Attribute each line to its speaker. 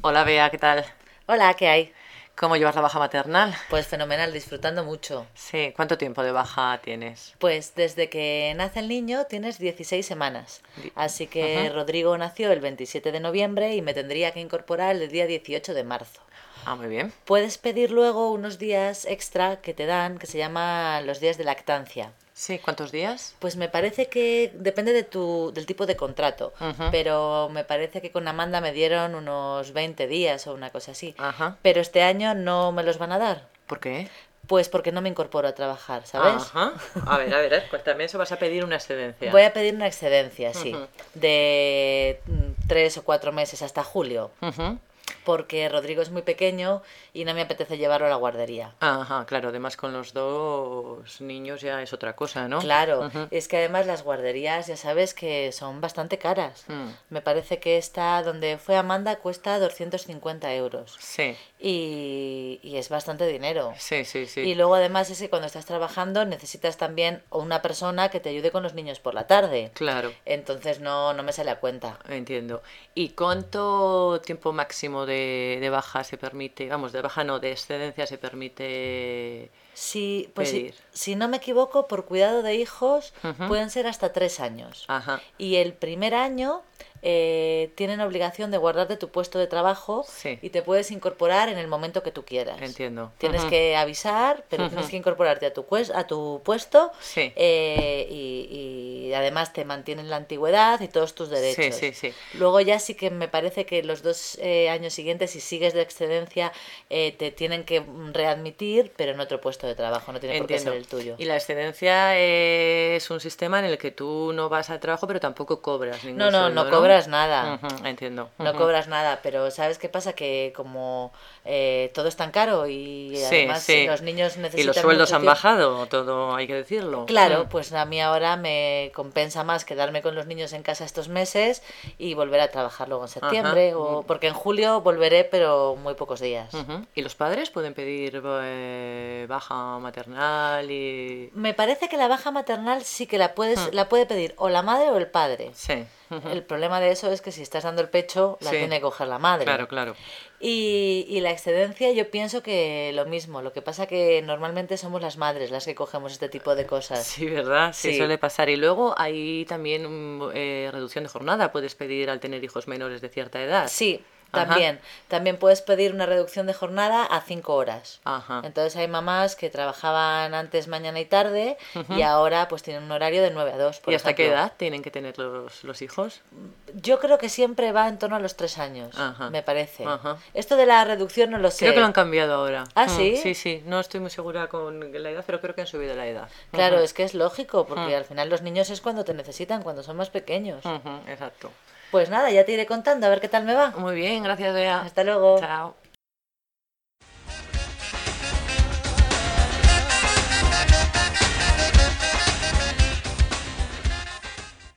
Speaker 1: Hola Bea, ¿qué tal?
Speaker 2: Hola, ¿qué hay?
Speaker 1: ¿Cómo llevas la baja maternal?
Speaker 2: Pues fenomenal, disfrutando mucho.
Speaker 1: Sí, ¿cuánto tiempo de baja tienes?
Speaker 2: Pues desde que nace el niño tienes 16 semanas.
Speaker 1: Di-
Speaker 2: Así que
Speaker 1: Ajá.
Speaker 2: Rodrigo nació el 27 de noviembre y me tendría que incorporar el día 18 de marzo.
Speaker 1: Ah, muy bien.
Speaker 2: Puedes pedir luego unos días extra que te dan, que se llaman los días de lactancia.
Speaker 1: Sí, ¿cuántos días?
Speaker 2: Pues me parece que depende de tu, del tipo de contrato,
Speaker 1: Ujú.
Speaker 2: pero me parece que con Amanda me dieron unos 20 días o una cosa así.
Speaker 1: Ajá.
Speaker 2: Pero este año no me los van a dar,
Speaker 1: ¿Por qué?
Speaker 2: pues porque no me incorporo a trabajar, ¿sabes?
Speaker 1: Ajá. A ver, a ver, cuéntame eso, vas a pedir una excedencia.
Speaker 2: Voy a pedir una excedencia, sí,
Speaker 1: Ujú.
Speaker 2: de mm, tres o cuatro meses hasta julio,
Speaker 1: Ujú.
Speaker 2: porque Rodrigo es muy pequeño y no me apetece llevarlo a la guardería.
Speaker 1: Ajá, claro, además con los dos niños ya es otra cosa, ¿no?
Speaker 2: Claro,
Speaker 1: Ujú.
Speaker 2: es que además las guarderías ya sabes que son bastante caras.
Speaker 1: Mm.
Speaker 2: Me parece que esta donde fue Amanda cuesta 250 euros
Speaker 1: Sí,
Speaker 2: y, y es bastante dinero.
Speaker 1: sí, sí, sí.
Speaker 2: Y luego además es que cuando estás trabajando necesitas también o una persona que te ayude con los niños por la tarde.
Speaker 1: Claro,
Speaker 2: Entonces no, no me sale a cuenta.
Speaker 1: entiendo. ¿Y cuánto tiempo máximo de, de baja se permite? Vamos, de baja no, de excedencia se permite...
Speaker 2: Si, pues si,
Speaker 1: Pedir.
Speaker 2: si no me equivoco, por cuidado de hijos
Speaker 1: Ujú. Ah.
Speaker 2: pueden ser hasta tres años.
Speaker 1: Ajá.
Speaker 2: Y el primer año eh, tienen obligación de guardarte tu puesto de trabajo
Speaker 1: Sí.
Speaker 2: y te puedes incorporar en el momento que tú quieras.
Speaker 1: Entiendo.
Speaker 2: Tienes
Speaker 1: Ujú.
Speaker 2: que avisar, pero tienes
Speaker 1: Ujú.
Speaker 2: que incorporarte a tu, cues- a tu puesto
Speaker 1: Sí.
Speaker 2: eh, y, y además te mantienen la antigüedad y todos tus derechos.
Speaker 1: sí, sí.
Speaker 2: Luego ya sí que me parece que los dos eh, años siguientes, si sigues de excedencia, eh, te tienen que mm, readmitir, pero en otro puesto de trabajo, no tiene por qué ser el tuyo.
Speaker 1: Y la excedencia es un sistema en el que tú no vas al trabajo, pero tampoco cobras ningún
Speaker 2: No, no,
Speaker 1: sueldo,
Speaker 2: no cobras nada.
Speaker 1: Ujú, entiendo.
Speaker 2: No
Speaker 1: Ujú.
Speaker 2: cobras nada, pero ¿sabes qué pasa? Que como eh, todo es tan caro y
Speaker 1: Sí,
Speaker 2: además
Speaker 1: sí.
Speaker 2: los niños necesitan...
Speaker 1: Y los sueldos han
Speaker 2: nutrición-
Speaker 1: bajado, todo hay que decirlo.
Speaker 2: Claro,
Speaker 1: Mm.
Speaker 2: pues a mí ahora me compensa más quedarme con los niños en casa estos meses y volver a trabajar luego en septiembre,
Speaker 1: mm.
Speaker 2: o porque en julio volveré, pero muy pocos días.
Speaker 1: Ujú. ¿Y los padres pueden pedir eh, baja maternal y...?
Speaker 2: Me parece que la baja maternal sí que la puedes, la puede pedir o la madre o el padre.
Speaker 1: Sí. Hmm. Ujú.
Speaker 2: El problema de eso es que si estás dando el pecho, la
Speaker 1: Sí.
Speaker 2: tiene que coger la madre.
Speaker 1: Claro, claro.
Speaker 2: Y, y la excedencia yo pienso que lo mismo, lo que pasa que normalmente somos las madres las que cogemos este tipo de cosas.
Speaker 1: Sí, ¿verdad? Sí,
Speaker 2: Sí.
Speaker 1: suele pasar. Y luego hay también mm, eh, reducción de jornada. Puedes pedir al tener hijos menores de cierta edad.
Speaker 2: Sí,
Speaker 1: Ajá.
Speaker 2: también. También puedes pedir una reducción de jornada a cinco horas.
Speaker 1: Ajá.
Speaker 2: Entonces hay mamás que trabajaban antes mañana y tarde y ahora pues tienen un horario de 9 a 2, por
Speaker 1: ¿Y hasta qué
Speaker 2: ejemplo.
Speaker 1: edad tienen que tener los, los hijos?
Speaker 2: Yo creo que siempre va en torno a los tres años,
Speaker 1: Ajá.
Speaker 2: me parece.
Speaker 1: Ajá.
Speaker 2: Esto de la reducción no lo sé.
Speaker 1: Creo que lo han cambiado ahora.
Speaker 2: ¿Ah,
Speaker 1: Mm,
Speaker 2: sí?
Speaker 1: Sí, sí. No estoy muy segura con la edad, pero creo que han subido la edad.
Speaker 2: Claro, es que es lógico,
Speaker 1: Mm.
Speaker 2: porque al final los niños es cuando te necesitan, cuando son más pequeños.
Speaker 1: Ujú, Exacto.
Speaker 2: Pues nada, ya te iré contando a ver qué tal me va.
Speaker 1: Muy bien, gracias, Bea.
Speaker 2: Hasta luego.
Speaker 1: Mm. Chao.